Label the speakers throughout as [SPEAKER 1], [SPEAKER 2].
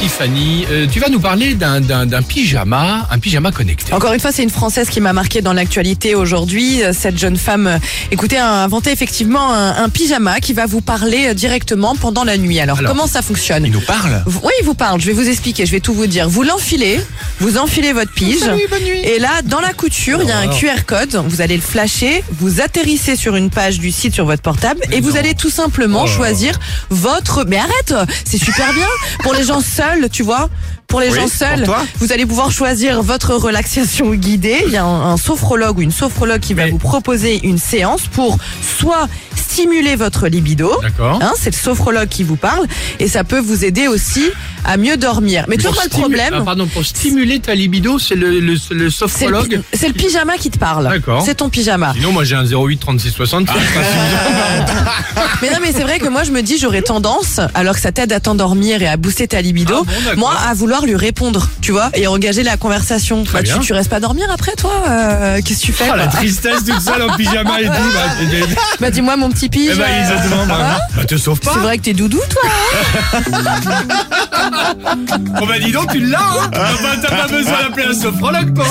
[SPEAKER 1] Tiffany, euh, tu vas nous parler d'un- d'un d'un pyjama, un pyjama connecté.
[SPEAKER 2] Encore une fois, c'est une Française qui m'a marqué dans l'actualité aujourd'hui. Euh, Cette jeune femme, euh, écoutez, a inventé effectivement un, un pyjama qui va vous parler euh, directement pendant la nuit. Alors,
[SPEAKER 1] Alors,
[SPEAKER 2] comment ça fonctionne
[SPEAKER 1] Il nous parle
[SPEAKER 2] Vous- Oui, il vous parle, je vais vous expliquer, je vais tout vous dire. Vous l'enfilez, vous enfilez votre pige. Et là, dans la couture, il y a un
[SPEAKER 1] Alors.
[SPEAKER 2] QR code, vous allez le flasher, vous atterrissez sur une page du site sur votre portable et vous
[SPEAKER 1] non.
[SPEAKER 2] allez tout simplement
[SPEAKER 1] Oh là là.
[SPEAKER 2] choisir votre... Mais arrête, c'est super bien pour les gens seuls, tu vois pour les
[SPEAKER 1] Oui,
[SPEAKER 2] gens
[SPEAKER 1] pour
[SPEAKER 2] seuls,
[SPEAKER 1] toi.
[SPEAKER 2] vous allez pouvoir choisir votre relaxation guidée. Il y a un, un sophrologue ou une sophrologue qui va
[SPEAKER 1] Mais-
[SPEAKER 2] vous proposer une séance pour soit stimuler votre libido,
[SPEAKER 1] D'accord.
[SPEAKER 2] Hein, c'est le sophrologue qui vous parle et ça peut vous aider aussi à mieux dormir. Mais tu
[SPEAKER 1] Pour
[SPEAKER 2] vois pas le
[SPEAKER 1] stimu- Ah,
[SPEAKER 2] problème
[SPEAKER 1] pardon, pour stimuler ta libido, c'est le, le, le
[SPEAKER 2] c'est le,
[SPEAKER 1] sophrologue.
[SPEAKER 2] pi- c'est le pyjama qui te parle.
[SPEAKER 1] D'accord.
[SPEAKER 2] C'est ton pyjama.
[SPEAKER 1] Sinon, moi j'ai un 08 36 60.
[SPEAKER 2] Ah. Mais non, mais c'est vrai que moi je me dis j'aurais tendance, alors que ça t'aide à t'endormir et à booster ta libido,
[SPEAKER 1] Ah bon, d'accord.
[SPEAKER 2] moi à vouloir lui répondre, tu vois, et engager la conversation. Bah, tu,
[SPEAKER 1] bien.
[SPEAKER 2] tu restes pas dormir après toi euh, Qu'est-ce que tu fais
[SPEAKER 1] Ah, la
[SPEAKER 2] quoi
[SPEAKER 1] tristesse toute seule en pyjama et tout. Bah, et- et- et-
[SPEAKER 2] Bah dis-moi mon petit pige.
[SPEAKER 1] bah,
[SPEAKER 2] euh,
[SPEAKER 1] exactement, bah, bah, te sauve
[SPEAKER 2] c'est
[SPEAKER 1] pas.
[SPEAKER 2] vrai que t'es doudou toi.
[SPEAKER 1] Oh bah dis donc, tu l'as. Hein Ah bah, T'as pas besoin d'appeler un sophrologue, quoi.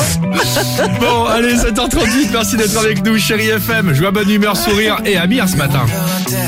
[SPEAKER 1] Bon, allez, 7h38, merci d'être avec nous, chérie FM. Joie, bonne humeur, sourire et amir ce matin.